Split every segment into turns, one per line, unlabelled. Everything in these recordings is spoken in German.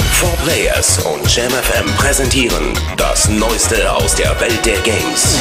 4 Players und JamFM präsentieren das Neueste aus der Welt der Games.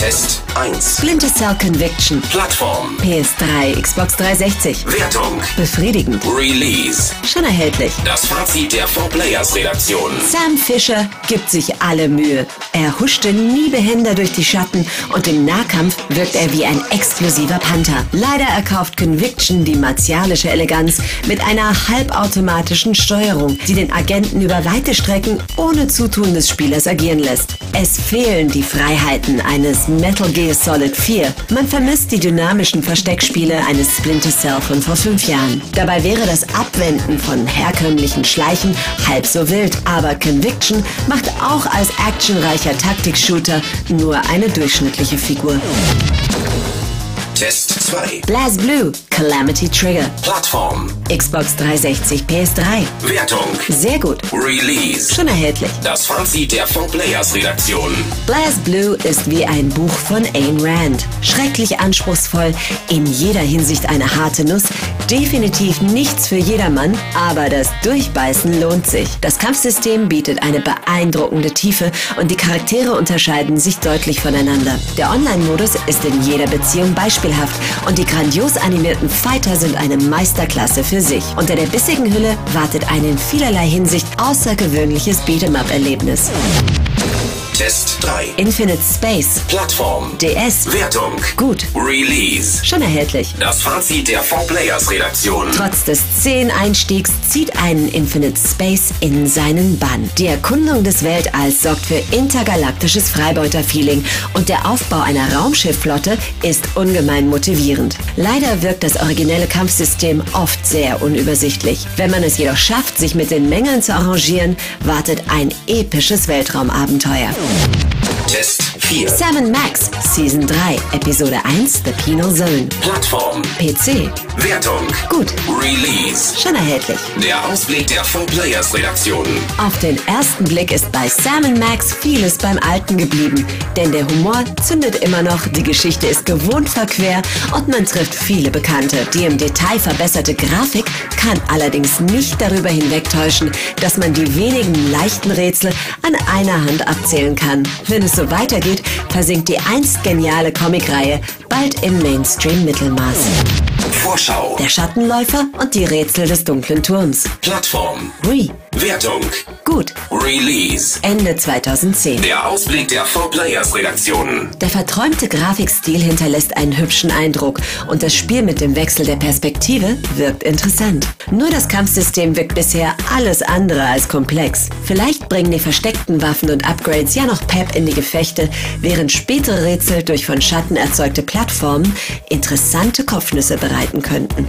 Test 1.
Splinter Cell Conviction.
Plattform.
PS3, Xbox 360.
Wertung.
Befriedigend.
Release.
Schon erhältlich.
Das Fazit der 4 Players Redaktion.
Sam Fischer gibt sich alle Mühe. Er huschte nie behender durch die Schatten und im Nahkampf wirkt er wie ein exklusiver Panther. Leider erkauft Conviction die martialische Eleganz mit einer halbautomatischen Steuerung, die den Agenten über weite Strecken ohne Zutun des Spielers agieren lässt. Es fehlen die Freiheiten eines Metal Gear Solid 4. Man vermisst die dynamischen Versteckspiele eines Splinter Cell von vor fünf Jahren. Dabei wäre das Abwenden von herkömmlichen Schleichen halb so wild, aber Conviction macht auch als actionreicher Taktik-Shooter nur eine durchschnittliche Figur.
Test 2.
Blaz Blue, Calamity Trigger,
Plattform.
Xbox 360, PS3.
Wertung.
Sehr gut,
Release.
schon erhältlich.
Das Fazit der 4 Players Redaktion.
Blaz Blue ist wie ein Buch von Ayn Rand. Schrecklich anspruchsvoll, in jeder Hinsicht eine harte Nuss, definitiv nichts für jedermann, aber das Durchbeißen lohnt sich. Das Kampfsystem bietet eine beeindruckende Tiefe und die Charaktere unterscheiden sich deutlich voneinander. Der Online-Modus ist in jeder Beziehung beispielhaft und die grandios animierten Fighter sind eine Meisterklasse für sich. Unter der bissigen Hülle wartet ein in vielerlei Hinsicht außergewöhnliches Beat'em-up-Erlebnis.
Test 3.
Infinite Space
Plattform.
DS.
Wertung.
Gut,
Release.
schon erhältlich.
Das Fazit der 4 Players Redaktion.
Trotz des zähen Einstiegs zieht einen Infinite Space in seinen Bann. Die Erkundung des Weltalls sorgt für intergalaktisches Freibeuter-Feeling und der Aufbau einer Raumschiffflotte ist ungemein motivierend. Leider wirkt das originelle Kampfsystem oft sehr unübersichtlich. Wenn man es jedoch schafft, sich mit den Mängeln zu arrangieren, wartet ein episches Weltraumabenteuer.
Test 4.
Sam Max, Season 3, Episode 1, The Penal Zone.
Plattform.
PC.
Wertung.
Gut,
Release.
schon erhältlich.
Der Ausblick der 4 Players Redaktion.
Auf den ersten Blick ist bei Sam Max vieles beim Alten geblieben, denn der Humor zündet immer noch, die Geschichte ist gewohnt verquer und man trifft viele Bekannte. Die im Detail verbesserte Grafik kann allerdings nicht darüber hinwegtäuschen, dass man die wenigen leichten Rätsel an einer Hand abzählen kann. Wenn es so weitergeht, versinkt die einst geniale Comicreihe bald im Mainstream-Mittelmaß.
Vorschau.
Der Schattenläufer und die Rätsel des dunklen Turms.
Plattform.
Hui,
Wertung.
gut.
Release.
Ende 2010.
Der Ausblick der 4 Players Redaktion.
Der verträumte Grafikstil hinterlässt einen hübschen Eindruck und das Spiel mit dem Wechsel der Perspektive wirkt interessant. Nur das Kampfsystem wirkt bisher alles andere als komplex. Vielleicht bringen die versteckten Waffen und Upgrades ja noch Pep in die Gefechte, während spätere Rätsel durch von Schatten erzeugte Plattformen interessante Kopfnüsse bereiten könnten.